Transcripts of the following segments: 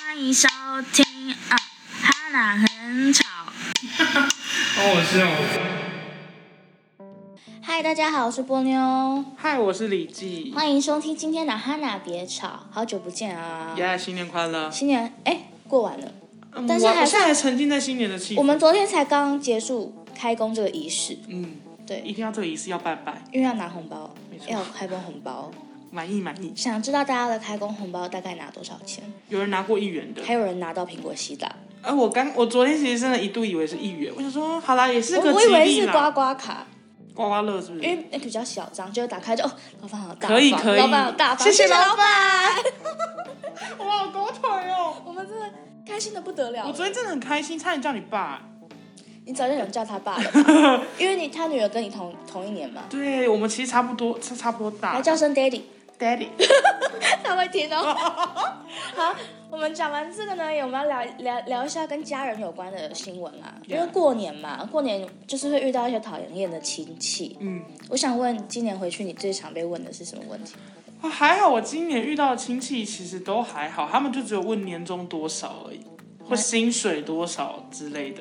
欢迎收听啊，哈娜很吵。好好笑哦！嗨，大家好，我是波妞，嗨，我是李记，欢迎收听今天的哈娜别吵，好久不见啊！耶、新年快乐！新年哎过完了，嗯但是我还我是现在还沉浸在新年的气氛。我们昨天才刚结束开工这个仪式，嗯，一对，定要这个仪式要拜拜，因为要拿红包没，错要有开工红包。满意满意。想知道大家的开工红包大概拿多少钱？有人拿过一元的，还有人拿到苹果西打，而我刚我昨天其实真的一度以为是一元，我想说好啦，也是我个我吉以为利是刮啦，刮卡，刮刮乐是不因是？为那比较小张，结果打开就哦，老板好大方，可以可以老板好大方，谢谢老板，我好狗腿哦！ 我们真的开心的不得了我。昨天真的很开心，差点叫你爸。你早就想叫他爸了吧， 因为你他女儿跟你同同一年嘛，对我们其实差不多，差差不多大来。叫声 daddy， Daddy，啊 他会听哦。 好，我们讲完这个呢，我们要聊聊聊一下跟家人有关的新闻啦。因为过年嘛，过年就是会遇到一些讨人厌的亲戚。嗯，我想问，今年回去你最常被问的是什么问题？啊还好我今年遇到的亲戚其实都还好，他们就只有问年终多少而已，或薪水多少之类的。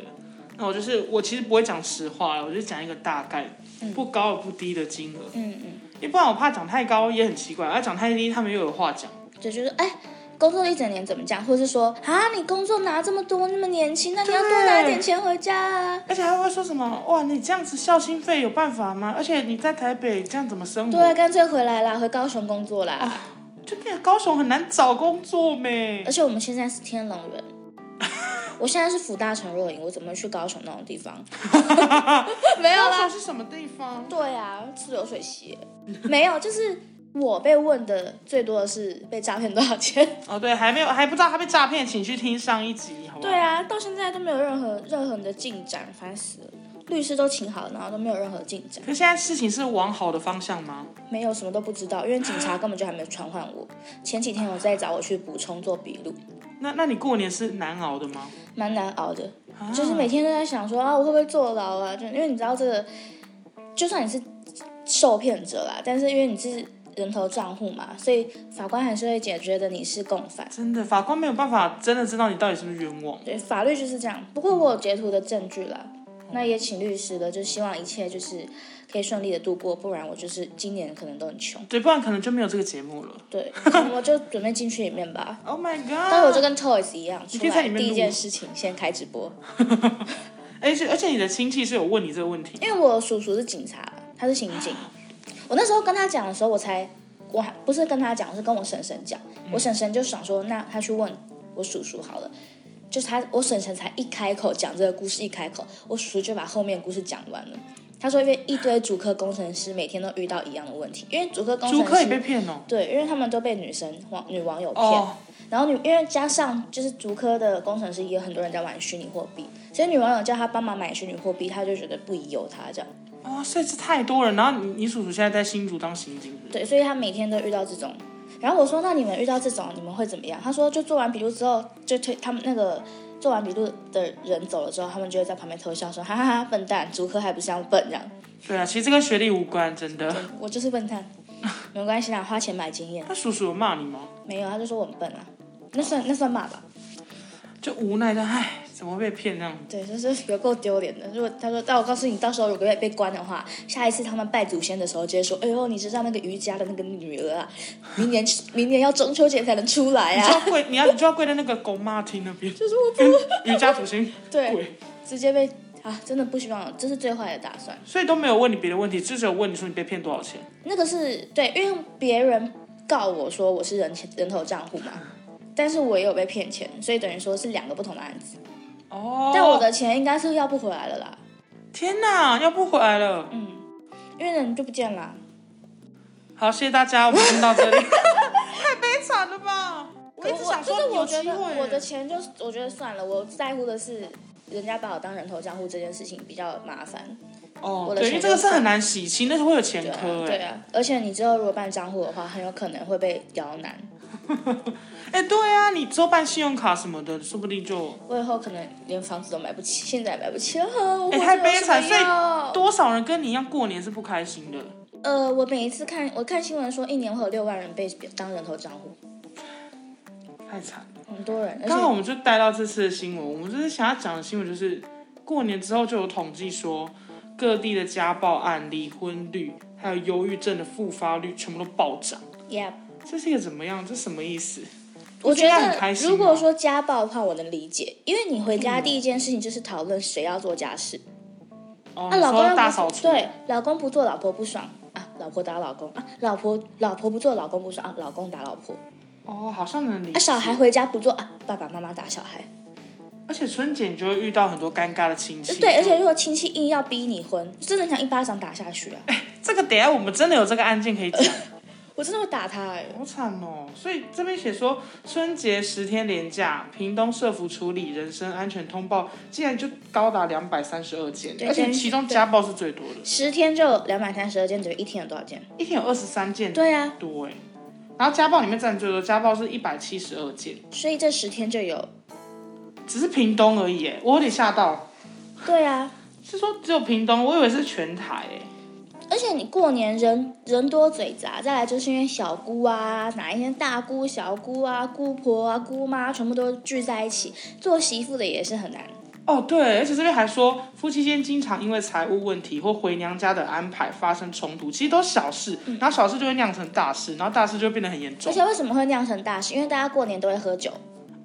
那我就是我其实不会讲实话，我就讲一个大概，不高也不低的金额，嗯嗯，因为不然我怕讲太高也很奇怪，啊而讲太低他们又有话讲。就就是哎。工作一整年怎么讲，或是说啊，你工作拿这么多，那么年轻，那你要多拿一点钱回家啊。而且还会说什么哇，你这样子孝心费有办法吗？而且你在台北这样怎么生活？对，，干脆回来啦，回高雄工作啦。就变得高雄很难找工作没而。且我们现在是天龙人，我现在是福大陈若颖，我怎么会去高雄那种地方？没有高啦雄，是什么地方？对啊，吃流水席，没有，就是我被问的最多的是被诈骗多少 钱。哦，对，还没有，还不知道他被诈骗，请去听上一集，好不好？对啊，到现在都没有任何任何的进展，烦死了。律师都请好了，然后都没有任何进展，可现在事情是往好的方向吗？没有什么都不知道，因为警察根本就还没有传唤我。前几天有在找我去补充做笔录，那那你过年是难熬的吗？蛮难熬的。啊就是每天都在想说啊，我会不会坐牢啊？就因为你知道这个，就算你是受骗者啦，但是因为你是人头账户嘛，所以法官还是会解决的你是共犯。真的，法官没有办法真的知道你到底是不是冤枉。对，法律就是这样。不过我有截图的证据啦，嗯那也请律师了，就希望一切就是可以顺利的度过，不然我就是今年可能都很穷。对，不然可能就没有这个节目了。 对，那我就准备进去里面吧。 Oh my 待会我就 god！跟 Toys 一样，出可以在来里面第一录件事情先开直播，而且而且你的亲哎戚是有问你这个问题，因为我叔叔是警察，他是刑警。我那时候跟他讲的时候，我才我还不是跟他讲，我是跟我婶婶讲。嗯我婶婶就想说，那他去问我叔叔好了。就是他，我婶婶才一开口讲这个故事，一开口，我叔叔就把后面故事讲完了。他说，因为一堆主科工程师每天都遇到一样的问题，因为主科工主程科也被师骗哦。对，因为他们都被女生网女网友骗。哦，然后女，因为加上就是竹科的工程师也有很多人在玩虚拟货币，所以女网友叫他帮忙买虚拟货币，他就觉得不疑有他这样。哇塞，这太多人。然后你你叔叔现在在新竹当刑警，对，所以他每天都遇到这种。然后我说：“那你们遇到这种，你们会怎么样？”他说：“就做完笔录之后，就推他们那个做完笔录的人走了之后，他们就会在旁边偷笑说：‘哈哈哈，笨蛋，竹科还不像笨这样。对啊，其实这跟学历无关，真的。’我就是笨蛋，没关系啦，花钱买经验。那叔叔有骂你吗？没有，他就说我很笨啊，那算那算骂吧。就无奈的，唉，怎么被骗这样？对，就是有够丢脸的。如果他说，但我告诉你，到时候如果被被关的话，下一次他们拜祖先的时候，直接说：“哎呦，你知道那个瑜伽的那个女儿啊，明年明年要中秋节才能出来你就要啊。跪，你要你就要跪在那个公妈厅那边，就是我不瑜伽祖先”跪对，。直接被啊，真的不希望，这是最坏的打算。所以都没有问你别的问题，就只有问你说你被骗多少钱。那个是对，因为别人告我说我是人人头账户嘛，但是我也有被骗钱，所以等于说是两个不同的案子。哦，但我的钱应该是要不回来了啦，天哪，要不回来了。因为人就不见啊啦。好，谢谢大家，我们先到这里。 太悲惨了吧！我一直想就说是你有我觉机得会，我的钱就是我觉得算了，我在乎的是人家把我当人头账户这件事情比较麻烦。哦我，的对，因钱就为这个是很难洗清，但是会有前对啊科，对哎，啊，而且你之后如果办账户的话，很有可能会被刁难。哎，对啊，你之后办信用卡什么的，说不定就我以后可能连房子都买不起，现在也买不起了，我哎太悲惨，有什所么以用多少人跟你一样过年是不开心的。呃，我每一次看我看新闻说，一年会有六万人被当人头账户，太惨了。很多人，而刚好我且们就带到这次的新闻，我们这次想要讲的新闻就是，过年之后就有统计说，各地的家暴案、离婚率，还有忧郁症的复发率全部都暴涨。 yeah，这是一个怎么样？这什么意思？我觉觉得很开得心吗嗯如果说家暴的话，我能理解，因为你回家第一件事情就是讨论谁要做家事，哦，那、你啊老公说要大扫除，对，老公不做，老婆不爽啊，老婆打老公啊，老婆老婆不做，老公不爽啊，老公打老婆哦，好像能理解。啊，小孩回家不做啊，爸爸妈妈打小孩，而且春节你就会遇到很多尴尬的亲戚。呃对，而且如果亲戚硬要逼你婚，真的很想一巴掌打下去 啊，这个等一下我们真的有这个案件呃可以讲，我真的会打他哎、好惨哦。所以这边写说，春节十天连假，屏东社服处理人身安全通报，竟然就高达两百三十二件，对而且对其中家暴是最多的，十天就两百三十二件，等于一天有多少件？一天有二十三件对啊，多哎。然后家暴里面占最多，家暴是一百七十二件，所以这十天就有。只是屏东而已哎，我有点吓到，对啊，是说只有屏东，我以为是全台哎。而且你过年人人多嘴杂，再来就是因为小姑啊，哪一天大姑、小姑啊、姑婆啊、姑妈全部都聚在一起，做媳妇的也是很难。哦，对，而且这边还说，夫妻间经常因为财务问题或回娘家的安排发生冲突，其实都是小事，然后小事就会酿成大事，然后大事就会变得很严而重。且为什么会酿成大事？因为大家过年都会喝酒，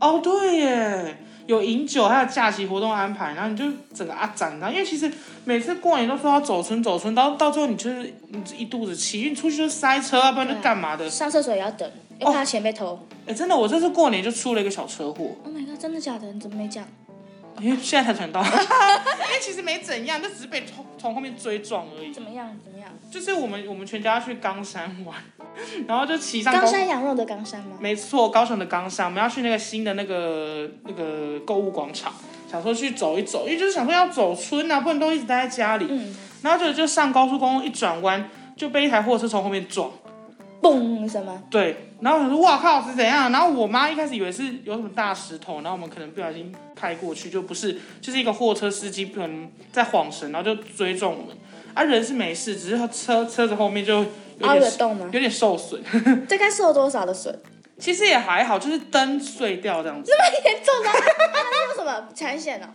哦，对耶，有饮酒，还有假期活动安排，然后你就整个啊展然后因为其实每次过年都说要走村走村，到到最后你就是你一肚子气，因为你出去就塞车，要不然就对啊干嘛的。上厕所也要等，哦又怕钱被偷。哎，真的，我这次过年就出了一个小车祸。 Oh my god，真的假的？你怎么没讲？因为现在才想到，因为其实没怎样，就只是被从从后面追撞而已。怎么样？怎么样？就是我们我们全家去冈山玩，然后就骑上冈山羊肉的冈山吗？没错，高雄的冈山，我们要去那个新的那个那个购物广场，想说去走一走，因为就是想说要走村啊，不能都一直待在家里。嗯，然后就就上高速公路一转弯，就被一台货车从后面撞。嘣什么？对，然后我想说哇靠是怎样？然后我妈一开始以为是有什么大石头，然后我们可能不小心开过去，就不是，就是一个货车司机可能在晃神，然后就追撞我们。啊，人是没事，只是他车车子后面就有凹点了洞吗？有点受损，大概受多少的损？其实也还好，就是灯碎掉这样子。严重吗？那用什么产险哦？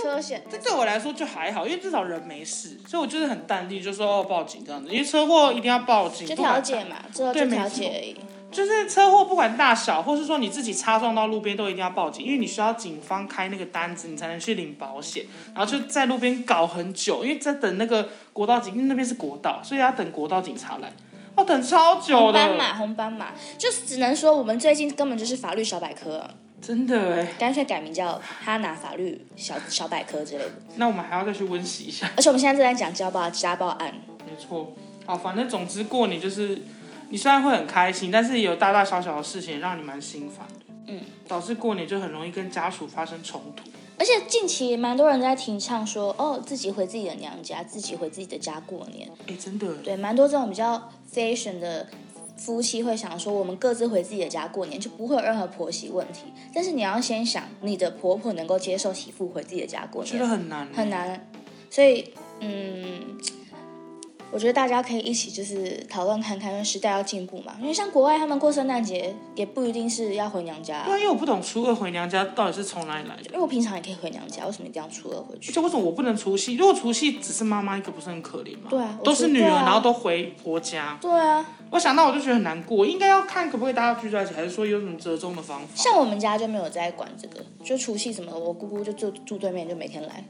车险？这对我来说就还好，因为至少人没事，所以我就是很淡定，就说哦报警这样子，因为车祸一定要报警，就不调管解嘛，之后对就没调解而已。就是车祸不管大小，或是说你自己擦撞到路边，都一定要报警，因为你需要警方开那个单子，你才能去领保险。然后就在路边搞很久，因为在等那个国道警，因为那边是国道，所以要等国道警察来，哦，等超久红斑的，马，红斑马，就是只能说我们最近根本就是法律小百科、啊，真的哎。干脆改名叫哈拿法律小小百科之类的。那我们还要再去温习一下，而且我们现在正在讲家暴家暴案，没错。好，反正总之过年就是，你虽然会很开心，但是也有大大小小的事情让你蛮心烦的，嗯，导致过年就很容易跟家属发生冲突。而且近期蛮多人在提倡说，哦，自己回自己的娘家，自己回自己的家过年。哎，真的，对，蛮多这种比较 fashion 的夫妻会想说，我们各自回自己的家过年，就不会有任何婆媳问题。但是你要先想，你的婆婆能够接受媳妇回自己的家过觉得年，很难，很难。所以，嗯，我觉得大家可以一起就是讨论看看，因为时代要进步嘛。因为像国外他们过圣诞节也不一定是要回娘家，对啊，因为我不懂初二回娘家到底是从哪里来的。因为我平常也可以回娘家，为什么一定要初二回去而？且为什么我不能除夕？如果除夕只是妈妈一个，不是很可怜吗？对啊我都是女儿，觉得啊然后都回婆家。对啊，我想到我就觉得很难过，应该要看可不可以大家聚在一起，还是说有什么折中的方法？像我们家就没有在管这个，就除夕什么的，我姑姑就住住对面，就每天来。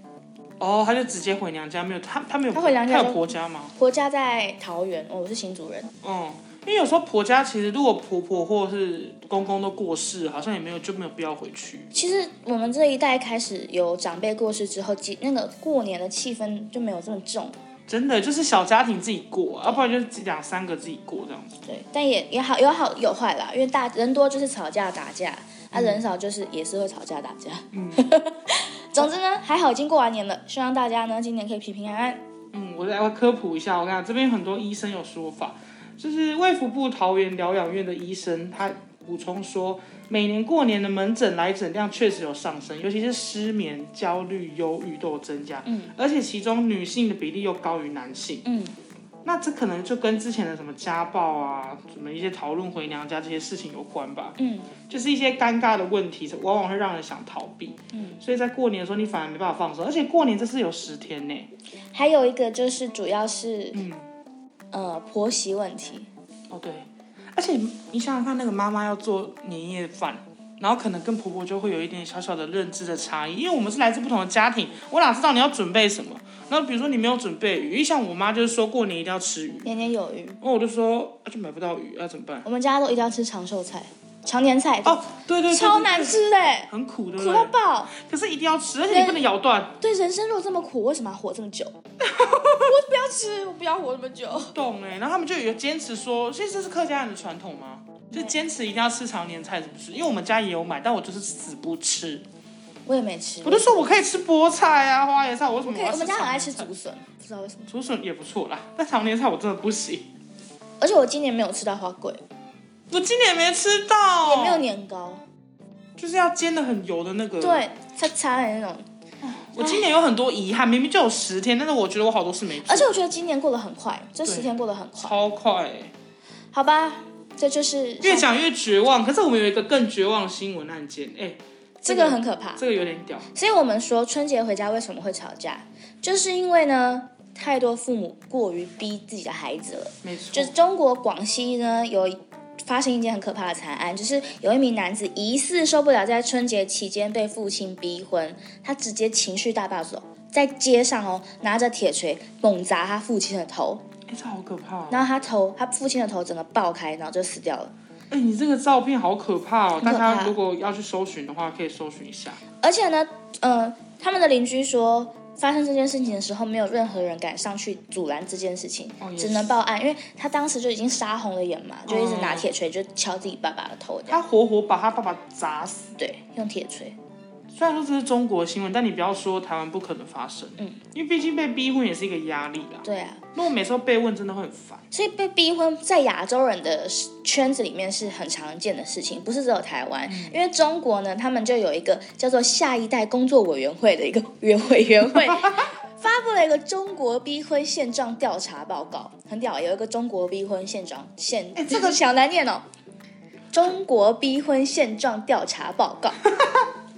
哦，她就直接回娘家，没有她她没有她回娘家她有就婆家吗？婆家在桃园，我是新竹人，嗯，因为有时候婆家其实如果婆婆或是公公都过世，好像也没有就没有必要回去。其实我们这一代开始有长辈过世之后，几那个过年的气氛就没有这么重，真的就是小家庭自己过，啊要不然就是两三个自己过这样子。对，但也也好有好有坏啦，因为大人多就是吵架打架，啊人少就是也是会吵架打架。嗯 总之呢，还好已经过完年了，希望大家呢今年可以平平安安。嗯，我来科普一下，我跟你讲，这边很多医生有说法，就是卫福部桃园疗养院的医生，他补充说，每年过年的门诊来诊量确实有上升，尤其是失眠、焦虑、忧郁都有增加，嗯，而且其中女性的比例又高于男性，嗯，那这可能就跟之前的什么家暴啊，什么一些讨论回娘家这些事情有关吧。嗯，就是一些尴尬的问题，往往会让人想逃避。嗯，所以在过年的时候，你反而没办法放松，而且过年这是有十天呢。还有一个就是主要是嗯，呃婆媳问题，哦对，而且你想想看，那个妈妈要做年夜饭，然后可能跟婆婆就会有一点小小的认知的差异，因为我们是来自不同的家庭，我哪知道你要准备什么？那比如说你没有准备鱼，像我妈就是说过年一定要吃鱼，年年有余。然后我就说、啊、就买不到鱼，那、怎么办？我们家都一定要吃长寿菜、常年菜，哦，对对对，超对难，吃哎、很苦，对不苦到对？爆。可是一定要吃，而且你不能咬断，对，人生若这么苦，为什么要活这么 久？我不要吃，我不要活这么久。懂哎。然后他们就有坚持说，其实这是客家人的传统吗？就坚持一定要吃常年菜，是不是？因为我们家也有买，但我就是死不吃。我也没吃，我就说我可以吃菠菜啊、花椰菜，我为什么可以，要我吃们家很爱吃常竹年笋，不知道为什么。菜竹笋也不错啦，但常年菜我真的不行。而且我今年没有吃到花桂，我今年没吃到，也没有年糕，就是要煎的很油的那个。，对，擦擦的那种。我今年有很多遗憾，明明就有十天，但是我觉得我好多事没做，而且我觉得今年过得很快，这对十天过得很快。超快欸、好吧，这就是越讲越绝望。可是我们有一个更绝望的新闻案件，哎、这个很可怕。这个有点屌，所以我们说春节回家为什么会吵架，就是因为呢，太多父母过于逼自己的孩子了。没错，就是中国广西呢有一发生一件很可怕的惨案，就是有一名男子疑似受不了在春节期间被父亲逼婚，他直接情绪大暴走，在街上哦拿着铁锤猛砸他父亲的头，哎、这好可怕、哦。然后他头他父亲的头整个爆开，然后就死掉了。哎、你这个照片好可怕哦！可大怕家如果要去搜寻的话，可以搜寻一下。而且呢，呃，他们的邻居说。发生这件事情的时候，没有任何人敢上去阻拦这件事情，哦也只是能报案，因为他当时就已经杀红了眼嘛，就一直拿哦铁锤就敲自己爸爸的头，这样他活活把他爸爸砸死。对，用铁锤。虽然说这是中国新闻，但你不要说台湾不可能发生，嗯，因为毕竟被逼婚也是一个压力啦。对啊，如果每次都被问，真的会很烦。所以被逼婚在亚洲人的圈子里面是很常见的事情，不是只有台湾。嗯因为中国呢，他们就有一个叫做下一代工作委员会的一个 委委员 会，发布了一个中国逼婚现状调查报告，很屌，有一个中国逼婚现状现，哎这个 小难念哦。中国逼婚现状调查报告，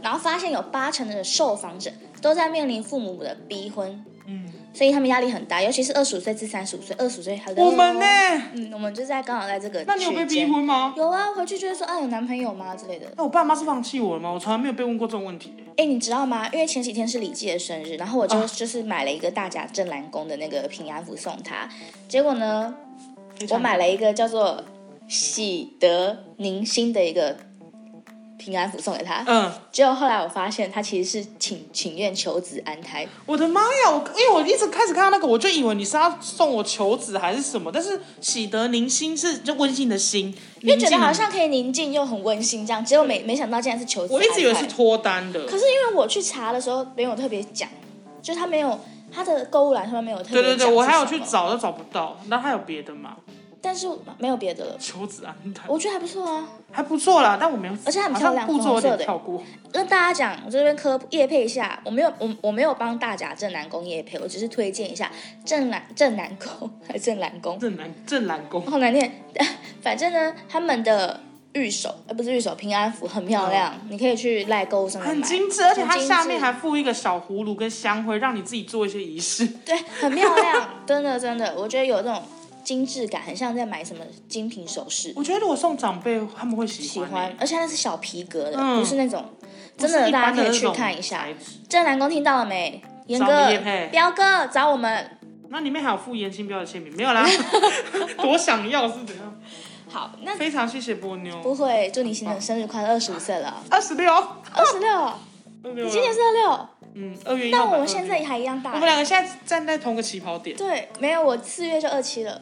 然后发现有八成的受访者都在面临父母的逼婚，嗯，所以他们压力很大，尤其是二十五岁至三十五岁，二十五岁还在我们呢？嗯，我们就在刚好在这个。哦那你有被逼？婚吗？有啊，回去就会说啊，有男朋友吗之类的。那我爸妈是放弃我了吗？我从来没有被问过这种问题。哎，你知道吗？因为前几天是李记的生日，然后我就、啊就是买了一个大甲镇澜宫的那个平安符送他，结果呢，我买了，了一个叫做喜得宁心的一个平安符送给他，嗯，结果后来我发现他其实是请请愿求子安胎，我的妈呀！我因为我一直开始看到那个，我就以为你是要送我求子还是什么，但是喜得宁心是就温馨的心，就觉宁静得的好像可以宁静又很温馨这样，结果没没想到竟然是求子安我胎。一直以为是脱单的。可是因为我去查的时候没有特别讲，就是他没有他的购物栏上面没有特别对对对，我还有有去，找都找不到。那还有别的吗？但是没有别的了。求子安胎我觉得还不错啊。还不错啦，但我没有，而且它很好漂像亮步骤有粉红色点的跳过。跟大家讲，我这边科普夜配一下，我没有我我没有帮大甲正南宫夜配，我只是推荐一下正南正南宫 还是正南宫，正南正南宫，好难念。 反正呢，他们的玉手呃不是玉手平安符很漂亮，你可以去赖购物上面哦很买，精致，而且它很精下致面还附一个小葫芦跟香灰，让你自己做一些仪式。对，很漂亮， 真的真的，我觉得有这种精致感，很像在买什么精品首饰。我觉得如果送长辈，他们会喜喜欢欸、欢，而且它是小皮革的，嗯不是那种，不真是的一大般家可以那去种看一下材。质正南宫听到了没？严找我哥们业配、彪哥找我们。那里面还有附严清标的签名，没 有啦，多想要是怎样？好，那非常谢谢波妞，不会，祝你新人生日快乐，二十五岁了，二十六，二 十六，二六你今年是二六，嗯，二啊月一那号。我们现在，还一样我们两大。个现在站在同个起跑点，对，没有，我四月就二七了。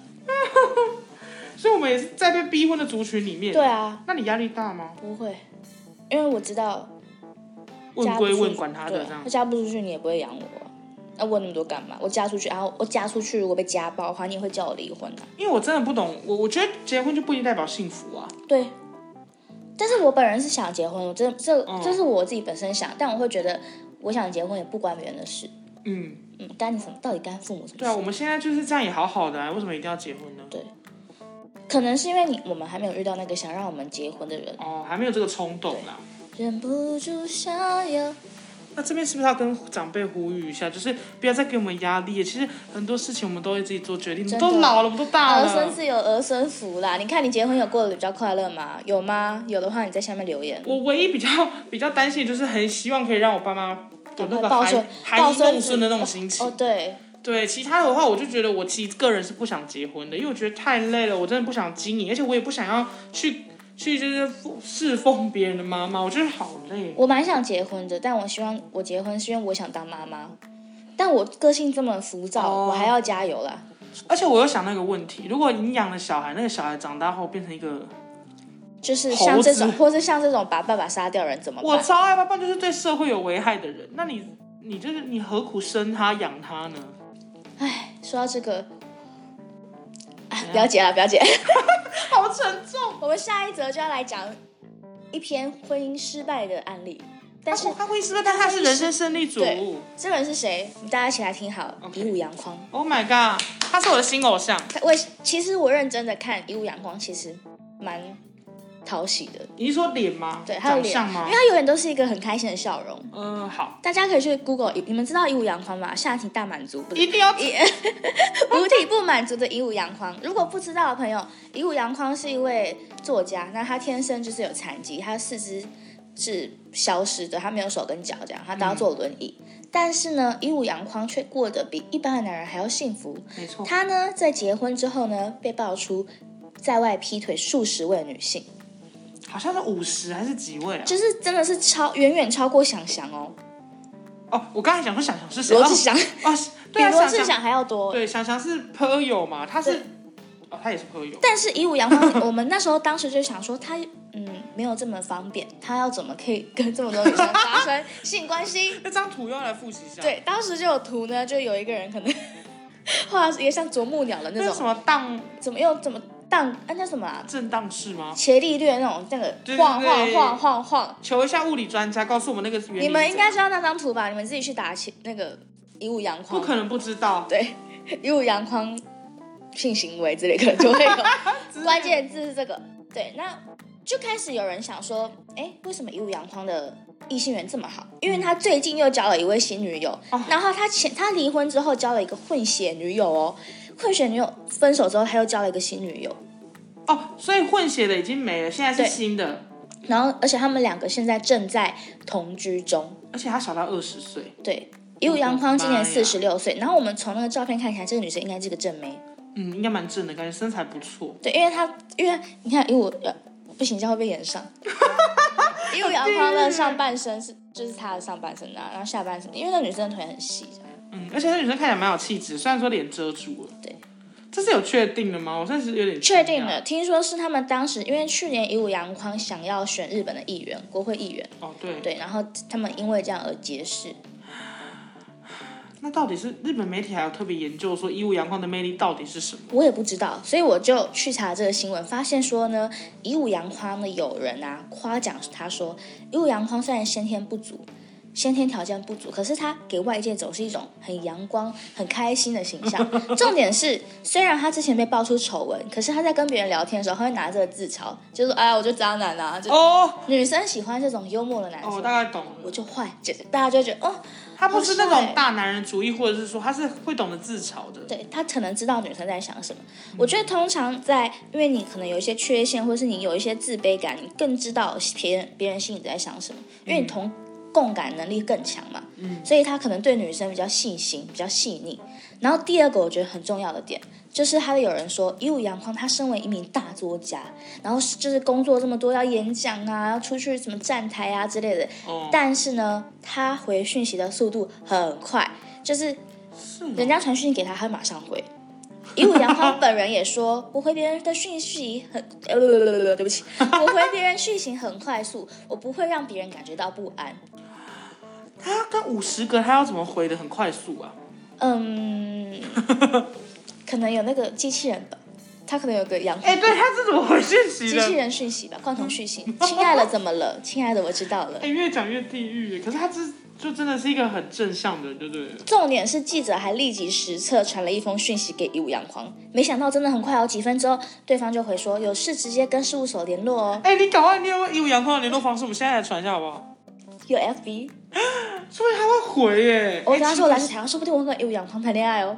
所以我们也是在被逼婚的族群里面。对，啊，那你压力大吗？不会，因为我知道问嫁不归出去问，管他的对这样他。嫁不出去，你也不会养我啊。那问那么多干嘛？我嫁出去，然后我嫁出去，如果被家暴的话，你也会叫我离婚的、啊因为我真的不懂，我我觉得结婚就不一定代表幸福啊。对，但是我本人是想结婚，我真的这嗯这是我自己本身想，但我会觉得我想结婚也不关别人的事，嗯，嗯，干你什么？到底干父母什么事？对啊，我们现在就是这样也好好的、啊，为什么一定要结婚呢？可能是因为你我们还没有遇到那个想让我们结婚的人，哦，还没有这个冲动啦。忍不住想要。那这边是不是要跟长辈呼吁一下，就是不要再给我们压力？其实很多事情我们都会自己做决定，我们真的呃都老了，我们都大儿了。孙自有儿孙福啦！你看你结婚有过得比较快乐吗？有吗？有的话你在下面留言。我唯一比较 比较担心，就是很希望可以让我爸妈有那个抱含孙含抱饴弄孙孙子的那种心情。哦，对，对，其他的话，我就觉得我其实个人是不想结婚的，因为我觉得太累了，我真的不想经营，而且我也不想要去去就是服侍奉别人的妈妈，我觉得好累。哦我蛮想结婚的，但我希望我结婚是因为我想当妈妈，但我个性这么浮躁，哦我还要加油啦。而且我又想那个问题，如果你养了小孩，那个小孩长大后变成一个，就是猴像这子种，或是像这种把爸爸杀掉的人怎么我办？超爱爸爸，就是对社会有危害的人，那你你就是你何苦生他养他呢？唉，说到这个，啊怎，样不要结了，不要 结。好沉重。我们下一则就要来讲一篇婚姻失败的案例，但是他会是不是？但他是人生胜利组。对这个人是谁？大家一起来听好， OK 以武扬匡。 Oh my god，他是我的新偶像。他我其实我认真的看《一物阳光》，其实蛮讨喜的，你是说脸吗？对，他的长脸，相因吗为？他永远都是一个很开心的笑容。嗯、好，大家可以去 Google，你们知道《一物阳光》吗？下体大满足，不是一定要五体不满足的一物阳光。如果不知道的朋友，一物阳光是一位作家，那他天生就是有残疾，他四肢是消失的，他没有手跟脚，这样他都嗯要坐轮椅。但是呢，一物阳光却过得比一般的男人还要幸福。没错。他呢，在结婚之后呢，被爆出在外劈腿数十位女性，好像是五十还是几位啊？就是真的是超远远超过想想哦，哦，我刚才想说想想是谁？罗志祥哦，哦是比对啊，罗想志想祥还要多。对想想是朋友嘛，他是对哦，他也是朋友。但是以武扬光， 我们那时候当时就想说他。嗯，没有这么方便，他要怎么可以跟这么多女生发生性关系？那张图又要来复习一下。，对，当时就有图呢，就有一个人可能画一个像啄木鸟的那那是什种，么当怎么又怎么荡，啊，那什么啊，正当式吗？伽利略那种那个对对晃晃对晃晃晃，求一下物理专家，告诉我们那个原理。你们应该知道那张图吧？你们自己去打起那个以武扬不匡，可能不知道。对，以武扬匡性行为之类的就会有关键字是这个。对，那就开始有人想说，哎，为什么以武扬匡的异性缘这么好？因为他最近又交了一位新女友，哦然后他前他离婚之后交了一个混血女友哦，混血女友分手之后他又交了一个新女友，哦，所以混血的已经没了，现在对是新的，然后而且他们两个现在正在同居中。而且他小到二十岁。对，一五阳光今年妈呀四十六岁，然后我们从那个照片看起来，这个女生应该是个正妹。嗯，应该蛮正的，感觉身材不错。对，因为她因为你看一五呃不行，这样会被演上。一五阳光的上半身是就是她的上半身啊，然后下半身，因为那女生的腿很细，这样嗯，而且那女生看起来蛮有气质，虽然说脸遮住了。对，这是有确定的吗？我算是有点确定惊讶了。听说是他们当时因为去年一五阳光想要选日本的议员，国会议员，哦，对，对，然后他们因为这样而结识。那到底是日本媒体还有特别研究说一五阳光的魅力到底是什么？我也不知道，所以我就去查这个新闻，发现说呢，以武扬匡呢有人啊夸奖他说，哎以武扬匡虽然先天不足，先天条件不足，可是他给外界总是一种很阳光、很开心的形象。 重点是，虽然他之前被爆出丑闻，可是他在跟别人聊天的时候，他会拿这个自嘲，就是哎呀，我就渣男啊，就哦，女生喜欢这种幽默的男哦，我生。大概懂了。我就坏，就大家就会觉得哦，他不是那好帅种大男人主义，或者是说他是会懂得自嘲的。对他可能知道女生在想什么。我觉得通常在，因为你可能有一些缺陷，或是你有一些自卑感，你更知道别人别人心里在想什么，因嗯为你同共感能力更强嘛。嗯，所以他可能对女生比较细心，比较细腻。然后第二个我觉得很重要的点。就是他有人说，一五阳光，他身为一名大作家，然后就是工作这么多，要演讲啊，要出去什么站台啊之类的。哦，但是呢，他回讯息的速度很快，就是是吗人家传讯息给他，他马上回。以武扬匡本人也说，不回别人的讯息很，呃，对不起，不回别人讯息很快速，我不会让别人感觉到不安。他跟五十个，他要怎么回的很快速啊？嗯，可能有那个机器人吧，他可能有个阳哎，对，他是怎么回讯息机器的？嗯人讯息吧，共同讯息。亲爱的，怎么了？亲爱的，我知道了。哎，越讲越地狱。可是他只就真的是一个很正向的人，对不对了？重点是记者还立即实测传了一封讯息给一五阳光，没想到真的很快哦，几分钟后对方就回说有事直接跟事务所联络哦，哎、你赶快，你有一五阳光的联络方式，我们现在来传一下好不好？有 FB。说不定他会回耶、我跟他说我来哎自台湾，说不定我会跟一五阳光谈恋爱哦，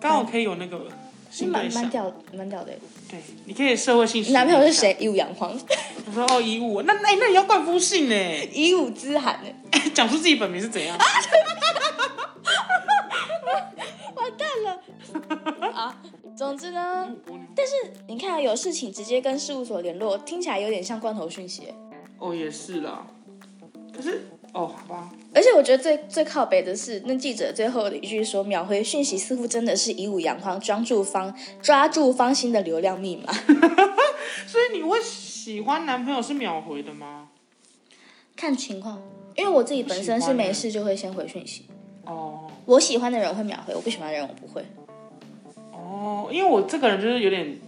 刚好可以有那个新对蛮蛮象，屌蛮屌的。对，你可以社会性。你男朋友是？谁？一五阳光，我说哦，一五，那那那你要冠夫姓呢？ 一五之寒呢？讲出自己本名是怎样？完 蛋了啊！总之呢，但是你看、啊、有事情直接跟事务所联络，听起来有点像罐头讯息。哦，也是啦。可是哦，好吧，而且我觉得最最靠北的是，那记者最后的一句说，秒回讯息似乎真的是以武扬光，抓住方抓住方心的流量密码。 所以你会喜欢男朋友是秒回的吗？看情况，因为我自己本身是没事就会先回讯息，哦我喜欢的人我会秒回，我不喜欢的人我不会。哦，因为我这个人就是有点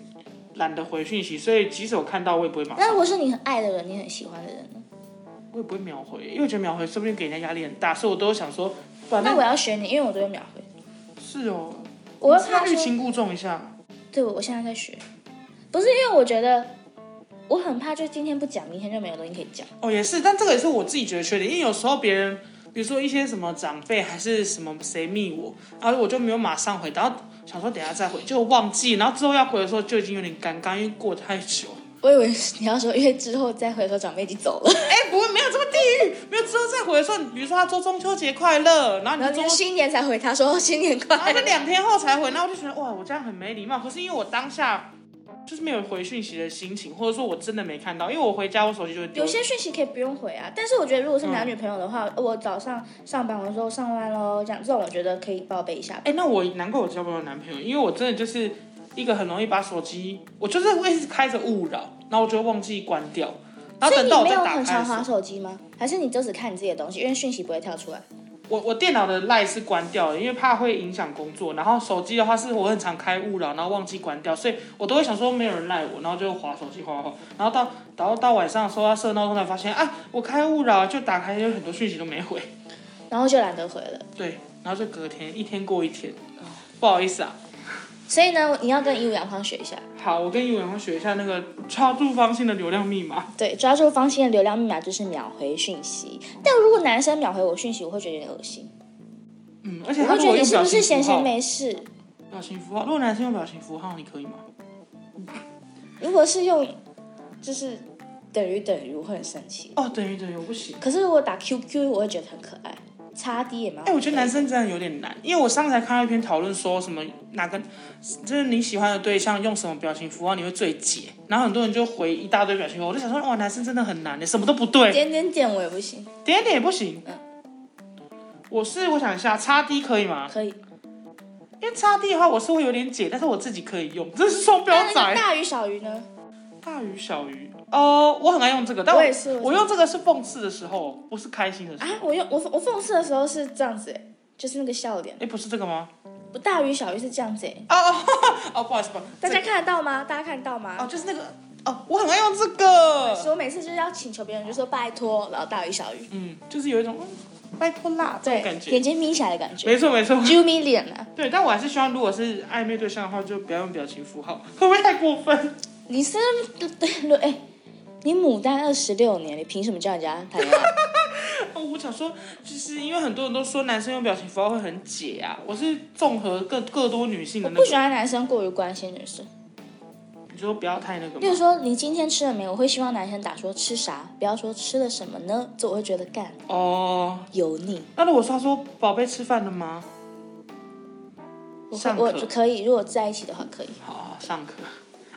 懒得回讯息，所以即使我看到我也不会马那上如，果是你很爱的人，你很喜欢的人呢？我也不会秒回，因为我觉得秒回说不定给人家压力很大，所以我都想说，反那正我要选你，因为我都会秒回。是哦，我是会要怕欲说，擒故纵一下。对，我现在在学，不是因为我觉得我很怕，就今天不讲，明天就没有东西可以讲。哦，也是，但这个也是我自己觉得缺点，因为有时候别人，比如说一些什么长辈还是什么谁密我，然后我就没有马上回，然后想说等一下再回，就忘记，然后之后要回的时候就已经有点尴尬，因为过太久。我以为是你要说，因为之后再回头长辈已经走了，哎、不会，没有这么地狱，没有之后再回的时候，你比如说他说中秋节快乐，然后你然就后中就秋新年才回他哦说新年快然后乐就。两天后才回，那我就觉得哇，我这样很没礼貌。可是因为我当下就是没有回讯息的心情，或者说我真的没看到，因为我回家我手机就会丢有。些讯息可以不用回啊，但是我觉得如果是男女朋友的话，我早上上班我说上班喽，这样这种我觉得可以报备一下。哎、那我难怪我交不到男朋友，因为我真的就是一个很容易把手机，我就是会一直开着勿扰，然后我就会忘记关掉，然所以后等你到我没再有打很开常的时候划，手机吗？还是你就只看你自己的东西，因为讯息不会跳出来？我我电脑的 line 是关掉的，因为怕会影响工作。然后手机的话是我很常开勿扰，然后忘记关掉，所以我都会想说没有人赖我，然后就划手机划划划，然后到然后到晚上的时候要设闹钟才发现啊，我开勿扰就打开，有很多讯息都没回。然后就懒得回了。对，然后就隔天一天过一天，哦不好意思啊。所以呢，你要跟一五阳光学一下，好，我跟一文会学一下那个超度方心的流量密码。对，抓住芳心的流量密码就是秒回讯息。但如果男生秒回我讯息，我会觉得有点恶心，嗯，而且我他会如觉果得你用是表不是情闲符号闲，没事？表情符号，如果男生用表情符号，你可以吗？如果是用就是等于等于，我会很生气。哦，等于等于我不行。可是如果打 QQ，我会觉得很可爱，叉 D 也蛮好。哎、我觉得男生真的有点难，因为我上次才看到一篇讨论说什么哪个就是你喜欢的对象用什么表情符号你会最解，然后很多人就回一大堆表情符号，我就想说哇，男生真的很难的，什么都不对，点点点我也不行，点点也不行。我是我想一下，叉 D 可以吗？可以。因为叉 D 的话我是会有点解，但是我自己可以用，这是双标那那个仔。大鱼小鱼呢？大鱼小鱼，哦，我很爱用这个，但我也是我也是我用这个是讽刺的时候，不是开心的时啊候。哎、，我用我我讽刺的时候是这样子、哎，就是那个笑脸。不是这个吗？我大鱼小鱼是这样子、哎，哦，不好意思，不好意思，大家这看得到吗？大家看得到个哦，吗？就是那个哦，我很爱用这个。所以我每次就是要请求别人，就说拜托，然后大鱼小鱼，嗯，就是有一种、嗯、拜托啦这种感觉。眼睛眯起来的感觉没错没错，啾咪脸啊！对，但我还是希望，如果是暧昧对象的话，就不要用表情符号， 会不会太过分？ 你是对对哎，你牡丹二十六年，你凭什么叫人家谈 恋爱？哦，我想说，就是因为很多人都说男生用表情符号会很解啊，我是综合各各多女性的我那不喜个，欢男生过于关心女生。你说不要太那个例如嘛。说，你今天吃了没？我会希望男生打说吃啥，不要说吃了什么呢，这我会觉得干哦，油腻。那如果说他说宝贝吃饭了吗？我会上我课可以，如果在一起的话可以。好，哦上课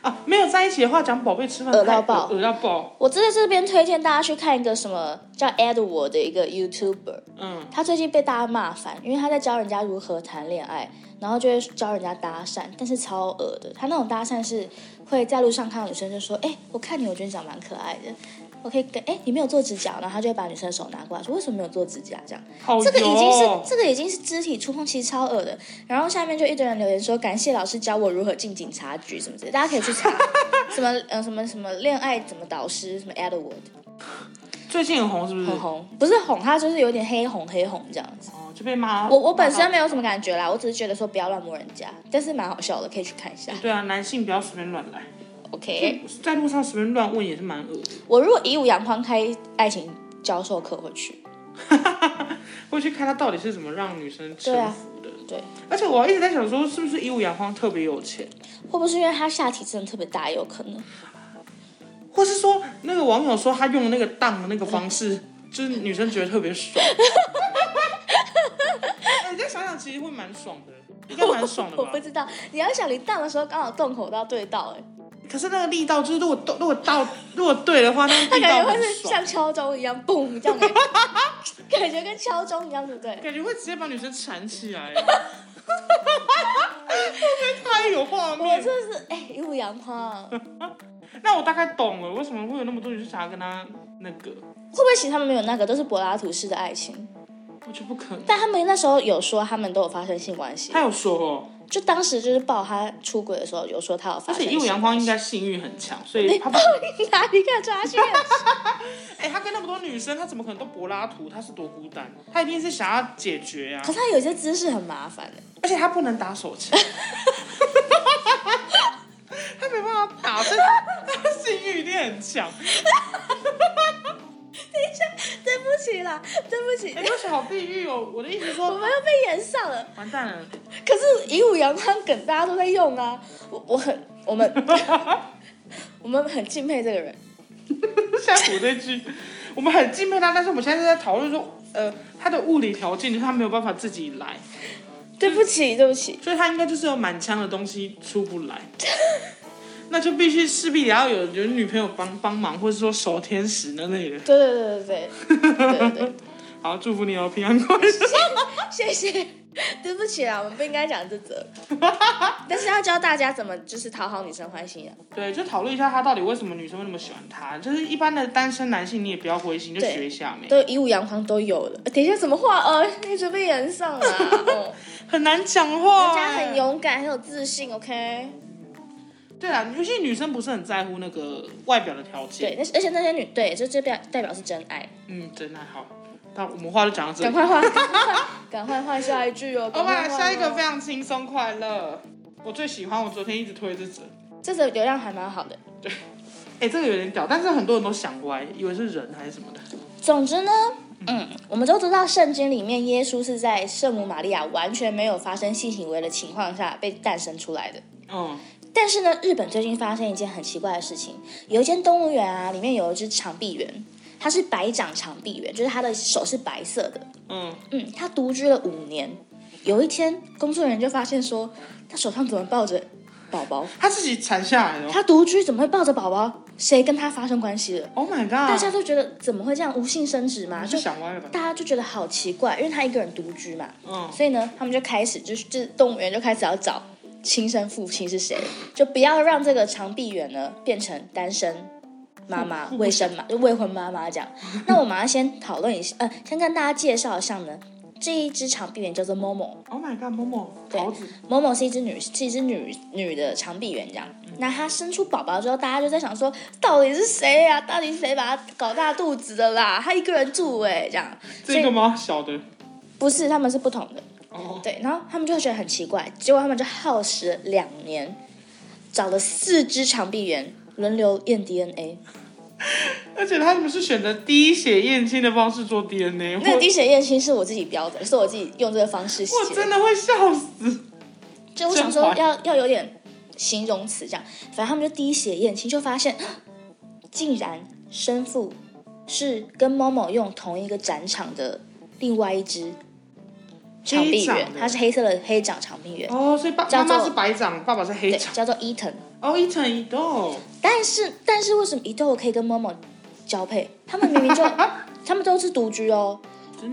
啊，没有在一起的话讲宝贝吃饭饿太到爆饿到爆，我真的这边推荐大家去看一个什么叫 Edward 的一个 YouTuber，嗯，他最近被大家骂烦，因为他在教人家如何谈恋爱，然后就会教人家搭讪，但是超恶的。他那种搭讪是会在路上看到女生就说：“哎、我看你，我觉得你长蛮可爱的，我可以跟哎、你没有做指甲，然后他就会把女生的手拿过来说：为什么没有做指甲？这样好这个已经是油哦这个已经是肢体触碰，其实超恶的。然后下面就一堆人留言说，感谢老师教我如何进警察局什么之类的，大家可以去查什么呃什么什么恋爱怎么导师什么 Edward，最近很红是不是？很红，不是哄他，就是有点黑红黑红这样子。哦，就被骂。我我本身没有。有什么感觉啦，我只是觉得说不要乱摸人家，但是蛮好笑的，可以去看一下。对啊，男性不要随便乱来， OK， 在路上随便乱问也是蛮恶的。我如果以武扬匡开爱情教授课会去，会去看他到底是怎么让女生对啊臣服的。对，而且我一直在想说，是不是义乌阳光特别有钱，会不会是因为他下体真的特别大，有可能？或是说那个网友说他用的那个当的那个方嗯式，就是女生觉得特 别爽。哎你再想想，其实会蛮爽的，应该蛮爽的我吧不？知道，你要想你荡的时候刚好洞口到对到、欸，可是那个力道，就是如果都如果到如果对的话，那他个力道感觉会很是爽像，敲钟一样嘣 这样、欸，感觉跟敲钟一样，对不对？感觉会直接把女生缠起来。会不会太有画我面？真的是哎，一五阳光，会那我大概懂了，为什么会有那么多女生想要跟他那个？不会其实他们没有那个，都是柏拉图式的爱情？我觉得不可能。但他们那时候有说他们都有发生性关系他，有说哦，就当时就是报他出轨的时候有说他有发而生性且义关务系。阳光应该性欲很强，所以你他到不底哎 哪里敢抓 去？哎、他跟那么多女生，他怎么可能都柏拉图？他是多孤单？他一定是想要解决 啊可！是他有些姿势很麻烦的、而且他不能打手 枪，他没办法打，所以他性欲一定很强。对不起啦，对不起哎、，为什么好地狱哦？我的意思是我说，们又被演上了。 完蛋了，可是以武扬匡梗大家都在用啊，我我很我们 我们很敬佩这个人，现在补这句，我们很敬佩他，但是我们现在在讨论说，呃，他的物理条件就是他没有办法自己来，对不起对不起，所以他应该就是有满腔的东西出不来， 那就必须势必也要有有女朋友帮帮忙，或者说守天使那类的。对对对对对对对对， 好，祝福你哦，平安快乐。谢谢，对不起啦，我们不应该讲这 则，但是要教大家怎么就是讨好女生欢心啊， 对，就讨论一下他到底为什么女生会那么喜欢他，就是一般的单身男性你也不要灰心，就对学一下没，都以武扬匡都有了，等一下怎么画哦，你准备演上啦， 哦，很难讲话人欸。家很勇敢，很有自信，OK，对啊，尤其女生不是很在乎那个外表的条件。对，那而且那些女对，这这表代表是真爱，嗯，真的好。那我们话就讲到这赶里。快换，赶快换赶快换下一句哦，好赶吧，快换哦下一个非常轻松快乐。我最喜欢，我昨天一直推这则。这则流量还蛮好的。哎、这个有点屌，但是很多人都想歪，以为是人还是什么的。总之呢，嗯，我们都知道圣经里面耶稣是在圣母玛利亚完全没有发生性行为的情况下被诞生出来的。嗯，但是呢，日本最近发生一件很奇怪的事情，有一间动物园啊，里面有一只长臂猿，它是白掌长臂猿，就是它的手是白色的。嗯，嗯，它独居了五年，有一天工作人员就发现说，它手上怎么抱着宝宝？他自己产下来的哦。它独居怎么会抱着宝宝？谁跟它发生关系了？ Oh my 大 god！家都觉得怎么会这样无性生殖嘛？还就是想歪了吧？大家就觉得好奇怪，因为他一个人独居嘛，嗯，所以呢，他们就开始就是就是动物园就开始要找亲生父亲是谁，就不要让这个长臂猿呢变成单身妈妈、未生妈、就未婚妈妈这样。那我们要先讨论一下，呃，先跟大家介绍一下呢，这一只长臂猿叫做 Momo， Oh my god，某某对桃子，某某是一只女，是一只女女的长臂猿这样。那她生出宝宝之后，大家就在想说，到底是谁呀、到底是谁把她搞大肚子的啦？她一个人住哎、这样。所这以个吗？小的。不是，他们是不同的。哦，对，然后他们就会觉得很奇怪，结果他们就耗时两年，找了四只长臂猿轮流验 DNA。而且他们是选择滴血验亲的方式做 DNA，那个我滴血验亲是我自己标的，是我自己用这个方式写我的真。的会笑死。就我想真说怀要要有点形容词这样，反正他们就滴血验亲，就发现竟然生父是跟某某用同一个展场的另外一只长黑臂掌猿的，它是黑色的黑掌长臂猿，哦，所以爸叫妈做妈是白掌，爸爸是黑对，掌。叫做伊藤。哦，一层一豆。但是，但是为什么伊豆可以跟某某交配？他们明明就，他们都是独居哦。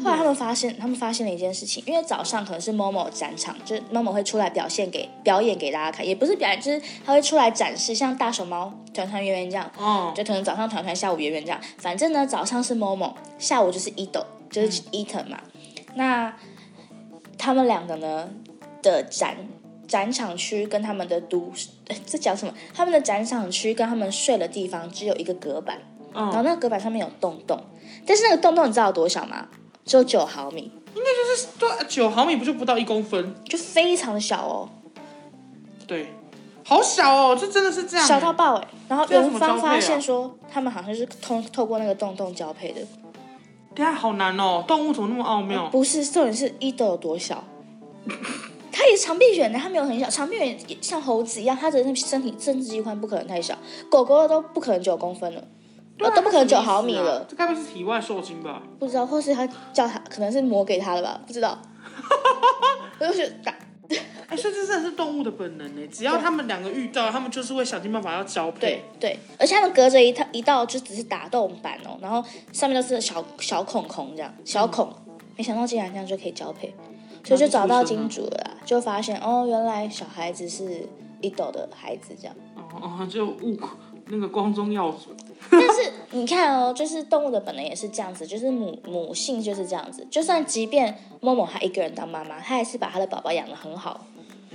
后来他们发现，他们发现了一件事情，因为早上可能是某某展场，就是某某会出来表现给表演给大家看，也不是表演，就是他会出来展示，像大熊猫、团团圆圆这样，哦，就可能早上团团，下午圆圆这样。反正呢，早上是某某，下午就是伊豆，就是嗯伊藤嘛。那他们两个呢的展展场区跟他们的独，哎这讲什么？他们的展场区跟他们睡的地方只有一个隔板，然后嗯，那个隔板上面有洞洞，但是那个洞洞你知道有多小吗？只有九毫米，对啊，九毫米不就不到一公分？就非常的小哦，对，好小哦，这真的是这样。小到爆哎。然后这要怎园么方交配啊发现说，他们好像是通透过那个洞洞交配的，等一下好难哦，动物怎么那么奥妙？不是重点是伊豆有多小。 它也是长臂猿的，它没有很小，长臂猿也像猴子一样，它的那身体生殖器官不可能太小，狗狗都不可能九公分了，对啊呃都不可能这九什么意思毫啊米了，这该不会是体外受精吧？不知道，或是他叫他，可能是磨给他的吧，不知道。我就觉得打哎，所以这真的是动物的本能呢，只要对他们两个遇到，他们就是会想尽办法要交配。对对，而且他们隔着一套一道就只是打洞板哦，然后上面都是小小孔孔这样小孔，没想到竟然这样就可以交配，所以就找到金主了啦，就发现哦，原来小孩子是一斗的孩子这样。哦哦，就误那个光宗耀祖。但是你看哦，就是动物的本能也是这样子，就是母母性就是这样子。就算即便某某她一个人当妈妈，她还是把她的宝宝养得很好。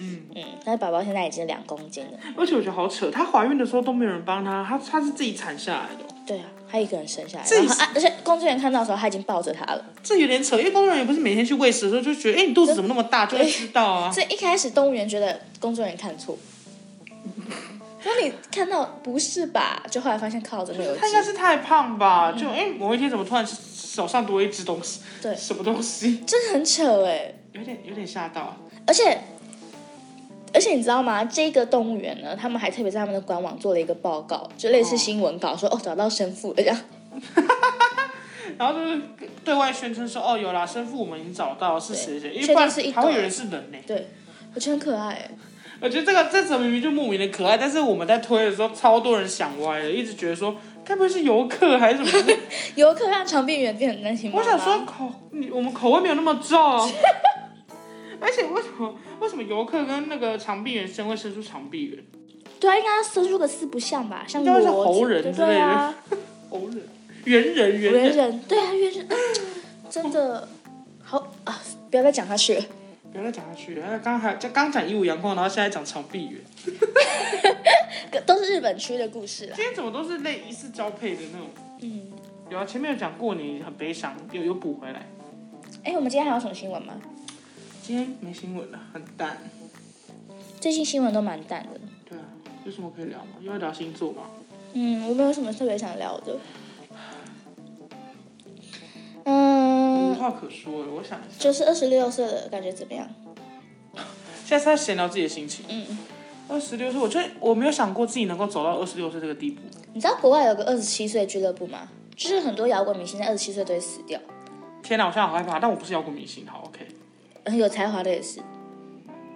嗯嗯，她的宝宝现在已经两公斤了。而且我觉得好扯，她怀孕的时候都没有人帮她，她她是自己产下来的哦， 对啊，她一个人生下来，这也然是后啊，而且工作人员看到的时候，他已经抱着她 了。这有点扯。因为工作人员不是每天去喂食的时候就觉得，哎，你肚子怎么那么大，就会知道啊。所以一开始动物园觉得工作人员看错，说你看到不是吧？就后来发现靠着没有她应该鸡，是太胖吧？就哎，某一天怎么突然手上多一只东西？嗯对什么东西？真的很扯哎、有点有点吓到。而且而且你知道吗？这个动物园呢，他们还特别在他们的官网做了一个报告，就类似新闻稿，说哦找到生父了这样。然后就是对外宣称说，哦，有啦，生父我们已经找到是谁谁，因为确不然定是一还会对有人是人呢。对，我觉得很可爱欸。我觉得这个这则明明就莫名的可爱，但是我们在推的时候，超多人想歪了，一直觉得说，该不会是游客还是 什么？游客让长臂猿变成单亲妈我妈。想说口，你我们口味没有那么 重。啊而且为什么为什么游客跟那个长臂猿生会生出长臂猿？对啊，应该要生出个四不像吧，像应该是骡子猴人对之类的啊，哦，猿人猿猿人，人，对啊，猿人， 嗯真的好啊！不要再讲下去了。 不要再讲下去了。刚刚还刚刚讲一五阳光，然后现在讲长臂猿，都是日本区的故事啦。今天怎么都是类疑似交配的那种？嗯，有啊，前面有讲过年很悲伤，有有补回来。哎，我们今天还有什么新闻吗？今天没新闻了，很淡。最近新闻都蛮淡的。对啊，有什么可以聊吗？又要聊星座吗？嗯，我没有什么特别想聊的。嗯无，话可说了，我想一下。就是二十六岁了，感觉怎么样？现在是在闲聊自己的心情。嗯，二十六岁，我觉得我没有想过自己能够走到二十六岁这个地步。你知道国外有个二十七岁俱乐部吗？就是很多摇滚明星在二十七岁都会死掉，天哪，我现在好害怕，但我不是摇滚明星，好 OK，然后有才华的也是，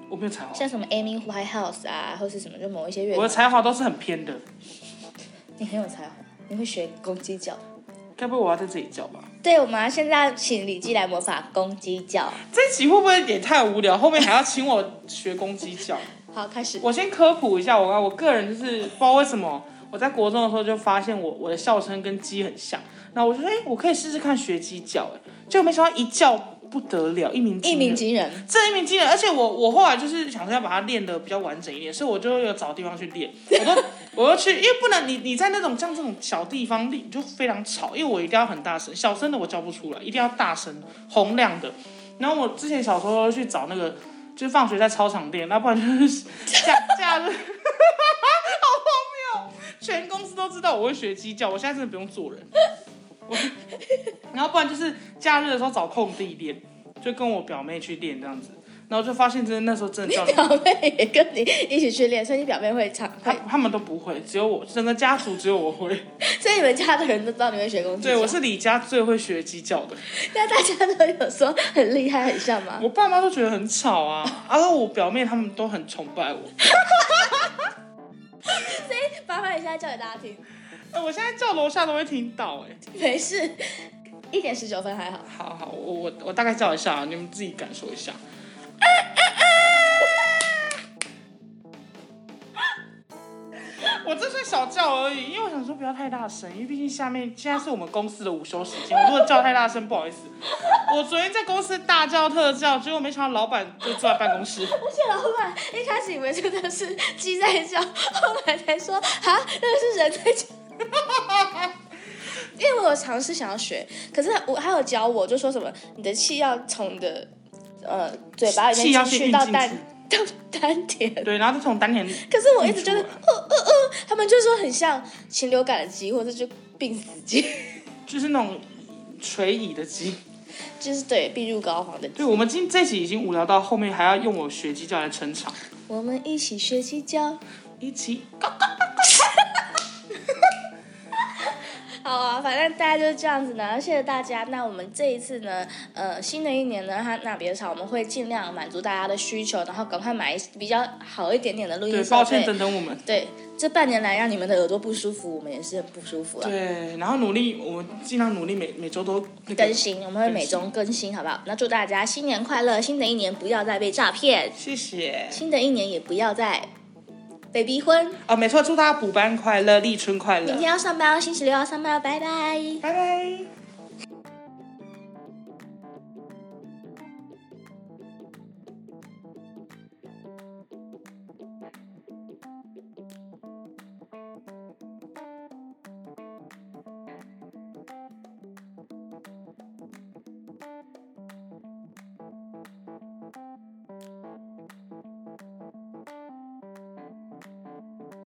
我没有才华，像什么 Amy Winehouse 啊，或是什么就某一些乐我的团，才华都是很偏的，你很有才华，你会学公鸡叫。该不会我要在这里叫吧？对，我们要现在请李记来模仿公鸡叫。这期会不会也太无聊？后面还要请我学公鸡叫？好，开始。我先科普一下，我我个人就是不知道为什么，我在国中的时候就发现我我的笑声跟鸡很像，然后我就说，哎、我可以试试看学鸡叫，哎，结果没想到一叫不得了，一鸣一惊鸣人。惊人，这一鸣惊人，而且我我后来就是想说要把它练得比较完整一点，所以我就有找地方去练，我都我要去，因为不能你你在那种像这种小地方练就非常吵，因为我一定要很大声，小声的我叫不出来，一定要大声洪亮的。然后我之前小时候去找那个，就是放学在操场练，那不然就是假假 日，好荒谬，全公司都知道我会学鸡叫，我现在真的不用做人。我然后不然就是假日的时候找空地练，就跟我表妹去练这样子，然后就发现真的那时候真的叫表妹也跟你一起去练，所以你表妹会唱，他会他们都不会，只有我整个家族只有我会。所以你们家的人都知道你会学公鸡对，叫我是李家最会学鸡叫的，那大家都有说很厉害很像吗？我爸妈都觉得很 吵啊，然后我表妹他们都很崇拜我。麻烦你现在叫给大家听，哎、我现在叫楼下都会听到哎、没事，一点十九分还好。好好，我我我大概叫一下，你们自己感受一下。我这是小叫而已，因为我想说不要太大声，因为毕竟下面现在是我们公司的午休时间，我如果叫太大声，不好意思。我昨天在公司大叫特叫，结果没想到老板就坐在办公 室。而且老板一开始以为真的是鸡在叫，后来才说啊，那个是人在叫。 因为我有尝试想要学，可是他我他有教我，就说什么你的气要从你的呃嘴巴里气要面去进去运到进丹去， 到丹田。对，然后再从丹田可是我一直觉得运出来他们就说很像禽流感的鸡，或者就病死鸡，就是那种垂椅的鸡。就是对病入膏肓的鸡对，。我们今这集已经无聊到后面还要用我学鸡叫来撑场，我们一起学鸡叫。一起好啊，反正大家就是这样子呢，谢谢大家。那我们这一次呢，呃，新的一年呢，它那别吵，我们会尽量满足大家的需求，然后赶快买比较好一点点的录音对，设抱歉，备。等等我们。对，这半年来让你们的耳朵不舒服，我们也是很不舒服了。对，然后努力，我们尽量努力每每周都那更个。新，我们会每周更新，好不好？那祝大家新年快乐，新的一年不要再被诈骗，谢谢新的一年也不要再被逼婚。哦，没错，祝大家补班快乐，立春快明乐，天要上班哦，星期六要上班哦，拜拜。拜拜。